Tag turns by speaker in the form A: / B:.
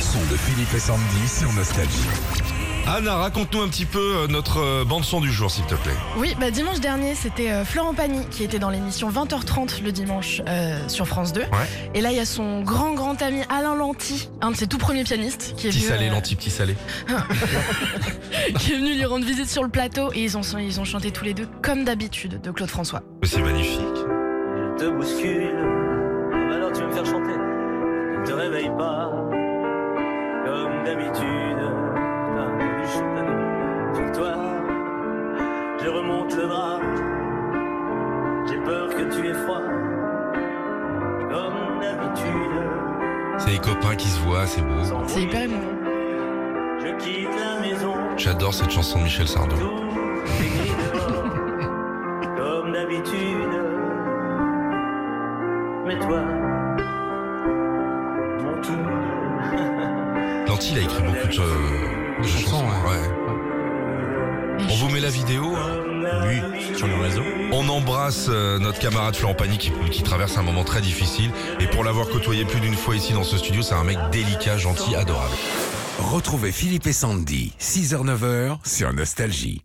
A: son de Philippe et Sandy sur Nostalgie.
B: Anna, raconte-nous un petit peu euh, notre euh, bande-son du jour, s'il te plaît.
C: Oui, bah, dimanche dernier, c'était euh, Florent Pagny qui était dans l'émission 20h30 le dimanche euh, sur France 2. Et là, il y a son grand grand ami Alain Lanty, un de ses tout premiers pianistes, qui est,
B: Petit
C: venu,
B: salé,
C: euh,
B: l'anti petit salé.
C: qui est venu lui rendre visite sur le plateau et ils ont, ils ont chanté tous les deux comme d'habitude de Claude François.
B: C'est magnifique.
D: Il te bouscule. Mais alors tu vas me faire chanter. Ne te réveille pas. Comme d'habitude. Putain, t'as vu, je suis tanné. Sur toi, je remonte le bras. J'ai peur que tu aies froid. Comme d'habitude.
B: C'est les copains qui se voient, c'est beau.
D: sans
C: C'est hyper
D: bruit,
C: émouvant.
D: Je quitte la maison.
B: J'adore cette chanson de Michel Sardou.
D: Tout est gris dehors. Comme d'habitude. Mais toi, mon tout.
B: Lanty, il a écrit beaucoup de, euh, de chansons. ouais. On vous met la vidéo. hein.
E: Oui, sur nos réseaux.
B: On embrasse euh, notre camarade Florent Pagny qui, qui traverse un moment très difficile. Et pour l'avoir côtoyé plus d'une fois ici dans ce studio, c'est un mec délicat, gentil, adorable.
A: Retrouvez Philippe et Sandy, 6h-9h sur Nostalgie.